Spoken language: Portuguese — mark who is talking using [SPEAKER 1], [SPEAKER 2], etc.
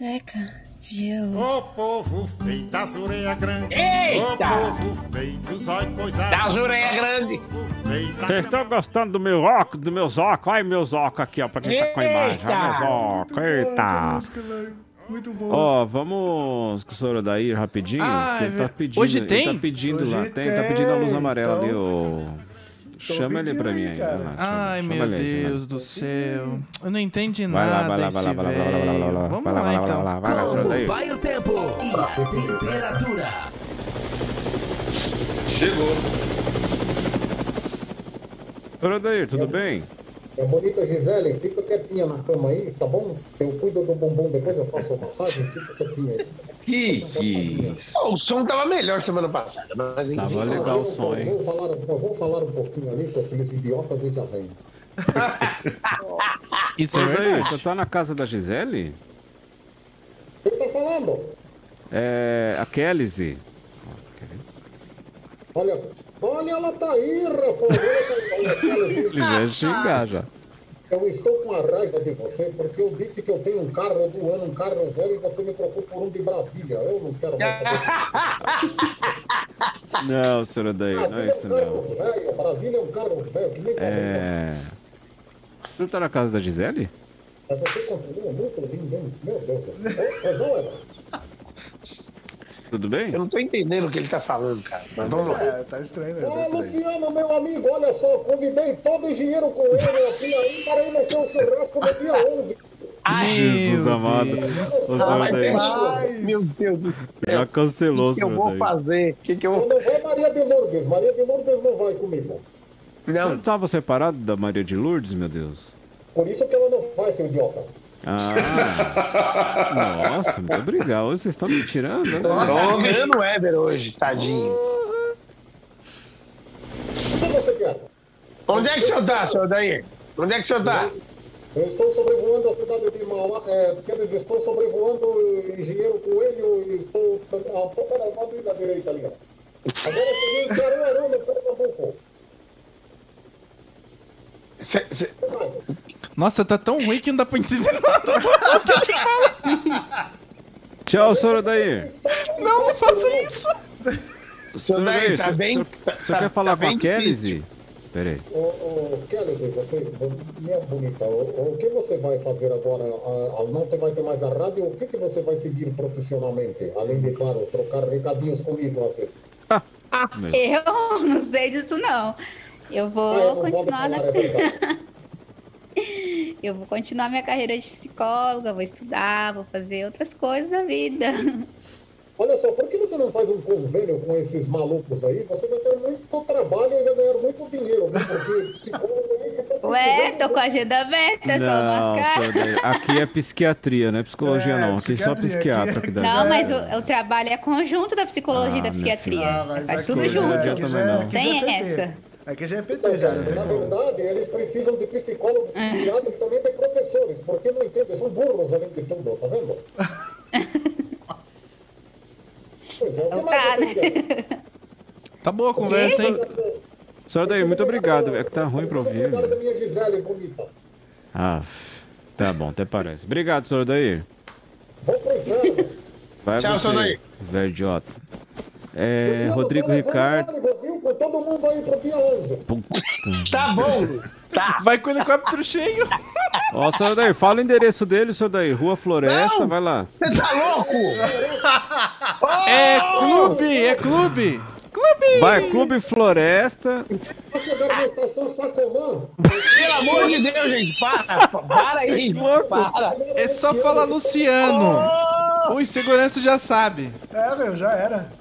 [SPEAKER 1] Seca, gelo.
[SPEAKER 2] Ô povo feito, as orelhas grandes. Ô
[SPEAKER 3] Eita!
[SPEAKER 2] povo feito, os olhos coisados.
[SPEAKER 3] Das
[SPEAKER 2] é
[SPEAKER 3] orelhas grandes.
[SPEAKER 2] Ô povo feito, as
[SPEAKER 4] Vocês estão gostando do meu óculos, dos meus óculos? Olha meus óculos aqui, ó, pra quem tá com a imagem. Olha meus
[SPEAKER 3] Eita!
[SPEAKER 4] óculos,
[SPEAKER 5] Essa
[SPEAKER 4] eita.
[SPEAKER 5] música, velho. Muito boa.
[SPEAKER 4] Ó, vamos com o senhor daí rapidinho.
[SPEAKER 6] Ah,
[SPEAKER 4] que
[SPEAKER 6] é
[SPEAKER 4] ele tá
[SPEAKER 6] ver-
[SPEAKER 4] pedindo,
[SPEAKER 6] Hoje
[SPEAKER 4] ele
[SPEAKER 6] tem?
[SPEAKER 4] tá pedindo
[SPEAKER 5] Hoje
[SPEAKER 4] lá, tem, tá pedindo a luz
[SPEAKER 5] tem,
[SPEAKER 4] amarela ali,
[SPEAKER 5] então-
[SPEAKER 4] ô. Chama ele
[SPEAKER 5] pedindo
[SPEAKER 4] pra mim
[SPEAKER 5] aí,
[SPEAKER 4] aí.
[SPEAKER 5] cara.
[SPEAKER 4] vai lá, chama-
[SPEAKER 6] Ai,
[SPEAKER 4] chama
[SPEAKER 6] meu
[SPEAKER 4] ele né? aí, chama ele.
[SPEAKER 6] Deus do céu. Eu não entendo de
[SPEAKER 4] Vai lá,
[SPEAKER 6] nada
[SPEAKER 4] vai lá, vai lá,
[SPEAKER 6] esse
[SPEAKER 4] vai lá, vai lá, vai lá, vai lá,
[SPEAKER 6] velho. Vamos
[SPEAKER 4] vai lá,
[SPEAKER 6] lá,
[SPEAKER 4] vai lá, vai
[SPEAKER 6] então.
[SPEAKER 4] lá, vai lá, senhor daí.
[SPEAKER 7] Vai o tempo e a temperatura.
[SPEAKER 8] Chegou.
[SPEAKER 4] Senhor Odair, tudo bem?
[SPEAKER 9] É bonita, Gisele, fica quietinha na cama aí, tá bom? Eu cuido do bumbum, depois eu faço a massagem, fica quietinha aí.
[SPEAKER 8] Que isso.
[SPEAKER 3] Pô, o som tava melhor semana passada, mas enfim.
[SPEAKER 4] Tava legal o som, hein?
[SPEAKER 9] Eu vou falar, eu vou falar um pouquinho ali com aqueles idiotas e já vem.
[SPEAKER 6] Isso é
[SPEAKER 4] Senhor Odair,
[SPEAKER 6] verdade.
[SPEAKER 4] você tá na casa da Gisele?
[SPEAKER 9] Quem tá falando?
[SPEAKER 4] É. A Kélice.
[SPEAKER 9] Olha, olha ela tá aí, rapaz. Olha, olha,
[SPEAKER 4] Ele já xingar já.
[SPEAKER 9] Eu estou com a raiva de você porque eu disse que eu tenho um carro do ano, um carro zero, e você me trocou por um de Brasília. Eu não quero mais saber
[SPEAKER 4] Não, senhor Odair, não é
[SPEAKER 9] Brasília
[SPEAKER 4] isso
[SPEAKER 9] é um
[SPEAKER 4] não.
[SPEAKER 9] carro velho, Brasília é um carro velho, que nem
[SPEAKER 4] É. Você não tá na casa da Gisele?
[SPEAKER 9] Mas você continua muito lindo, hein? Meu Deus do céu. Mas não é.
[SPEAKER 4] Tudo bem?
[SPEAKER 3] Eu não tô entendendo o que ele tá falando, cara. Mas vamos lá.
[SPEAKER 5] É, tá estranho, mesmo, tá
[SPEAKER 9] Ah,
[SPEAKER 5] estranho.
[SPEAKER 9] Luciano, meu amigo, olha só, convidei todo o engenheiro com ele aqui aí para ir no seu churrasco no dia 11.
[SPEAKER 4] Jesus
[SPEAKER 6] Meu
[SPEAKER 4] amado. Ô,
[SPEAKER 6] Deus.
[SPEAKER 3] Ah,
[SPEAKER 4] senhor
[SPEAKER 3] mas
[SPEAKER 4] Odair,
[SPEAKER 3] peraí. Meu Deus do
[SPEAKER 4] já
[SPEAKER 3] céu.
[SPEAKER 4] cancelou,
[SPEAKER 3] O que eu
[SPEAKER 4] senhor
[SPEAKER 3] vou
[SPEAKER 4] Odair.
[SPEAKER 3] fazer? O que, que eu
[SPEAKER 9] Eu
[SPEAKER 3] vou.
[SPEAKER 9] não vou Maria de Lourdes, Maria de Lourdes não vai comigo.
[SPEAKER 4] Você não
[SPEAKER 3] Não,
[SPEAKER 4] tava separado da Maria de Lourdes, meu Deus?
[SPEAKER 9] Por isso que ela não vai, seu idiota.
[SPEAKER 4] Ah, nossa, muito obrigado. Hoje Vocês estão me tirando, né?
[SPEAKER 3] tá ganhando o Ever hoje, tadinho.
[SPEAKER 9] O que você quer?
[SPEAKER 3] Onde é que o senhor tá, senhor Daí? Onde é que o senhor tá?
[SPEAKER 9] Eu estou sobrevoando a cidade de Mauá, é, quer dizer, estou sobrevoando o engenheiro Coelho e estou a pouco da volta e da direita ali. ó. Agora é cheguei em Caruaru, no Pernambuco.
[SPEAKER 3] Cê- cê-
[SPEAKER 6] Nossa, tá tão ruim que não dá pra entender nada.
[SPEAKER 4] Tchau, senhor Odair.
[SPEAKER 6] Não, não faça isso.
[SPEAKER 4] Senhor
[SPEAKER 3] Odair,
[SPEAKER 4] Odair,
[SPEAKER 3] tá
[SPEAKER 4] você-
[SPEAKER 3] bem-
[SPEAKER 4] você- Você
[SPEAKER 3] tá-
[SPEAKER 4] quer
[SPEAKER 3] tá
[SPEAKER 4] falar com
[SPEAKER 3] bem
[SPEAKER 4] a Kélice? Peraí.
[SPEAKER 9] Ô, ô, Kelly, você, minha bonita, o, o que você vai fazer agora? A, a, não te vai ter mais a rádio? O que, que você vai seguir profissionalmente? Além de, claro, trocar recadinhos comigo às vezes.
[SPEAKER 1] Eu não sei disso, não.
[SPEAKER 9] Ah,
[SPEAKER 1] Eu
[SPEAKER 9] eu
[SPEAKER 1] vou
[SPEAKER 9] não vou
[SPEAKER 1] continuar na...
[SPEAKER 9] falar, é verdade.
[SPEAKER 1] Eu vou continuar minha carreira de psicóloga, vou estudar, vou fazer outras coisas da vida.
[SPEAKER 9] Olha só, por que você não faz um convênio com esses malucos aí? Você vai ter muito trabalho e vai ganhar muito dinheiro. viu? Porque psicólogo aí que tá
[SPEAKER 1] Ué,
[SPEAKER 9] precisando-
[SPEAKER 1] tô com a agenda aberta, é só
[SPEAKER 4] Não,
[SPEAKER 1] marcar.
[SPEAKER 4] senhor Odair. Aqui é psiquiatria, não é psicologia,
[SPEAKER 5] É,
[SPEAKER 4] não. Aqui só
[SPEAKER 5] psiquiatria,
[SPEAKER 4] psiquiatra aqui da
[SPEAKER 1] Não,
[SPEAKER 4] gente.
[SPEAKER 1] mas o, o trabalho é conjunto da psicologia
[SPEAKER 4] Ah,
[SPEAKER 1] e da
[SPEAKER 4] meu
[SPEAKER 1] psiquiatria.
[SPEAKER 5] Ah, mas
[SPEAKER 1] Faz
[SPEAKER 5] aqui
[SPEAKER 1] tudo
[SPEAKER 5] já-
[SPEAKER 1] junto.
[SPEAKER 4] Eu
[SPEAKER 5] aqui
[SPEAKER 4] também
[SPEAKER 5] já-
[SPEAKER 4] não.
[SPEAKER 5] aqui já
[SPEAKER 1] Tem
[SPEAKER 5] é PT.
[SPEAKER 1] essa.
[SPEAKER 5] Aqui já é PT, já. né?
[SPEAKER 9] Na verdade, eles precisam de psicólogos psiquiatras e também de professores, porque não entendem, são burros além de tudo, tá vendo? Pois é, o que
[SPEAKER 1] Então
[SPEAKER 9] mais
[SPEAKER 1] tá,
[SPEAKER 9] você
[SPEAKER 1] né?
[SPEAKER 9] quer?
[SPEAKER 6] Tá boa a conversa, hein?
[SPEAKER 4] Senhor Odair, muito obrigado. É que tá ruim pra ouvir.
[SPEAKER 9] Obrigado da
[SPEAKER 4] meu.
[SPEAKER 9] minha Gisele, bonita.
[SPEAKER 4] Ah, tá bom, até parece. Obrigado, senhor Odair.
[SPEAKER 9] Vou pro
[SPEAKER 4] É,
[SPEAKER 9] inferno.
[SPEAKER 4] Vai
[SPEAKER 3] Tchau, senhor
[SPEAKER 4] você,
[SPEAKER 3] Odair.
[SPEAKER 4] velho idiota. É,
[SPEAKER 9] Luciano,
[SPEAKER 4] Rodrigo
[SPEAKER 9] tô levando
[SPEAKER 4] Ricardo.
[SPEAKER 9] ônibus, viu? Com todo mundo aí pro dia 11.
[SPEAKER 4] Puta.
[SPEAKER 3] Tá bom. Tá.
[SPEAKER 6] Vai com o helicóptero cheio.
[SPEAKER 4] Ó, senhor Daí, fala o endereço dele, senhor Daí. Rua Floresta,
[SPEAKER 3] Não!
[SPEAKER 4] vai lá.
[SPEAKER 3] Você tá louco?
[SPEAKER 6] É clube, é clube. Clube.
[SPEAKER 4] Vai, Clube Floresta.
[SPEAKER 9] Vou chegar na estação Sacomã.
[SPEAKER 3] Pelo amor de Deus, gente. Para. Para aí. Para.
[SPEAKER 6] É só falar Luciano. O segurança já sabe.
[SPEAKER 5] É, meu, já era.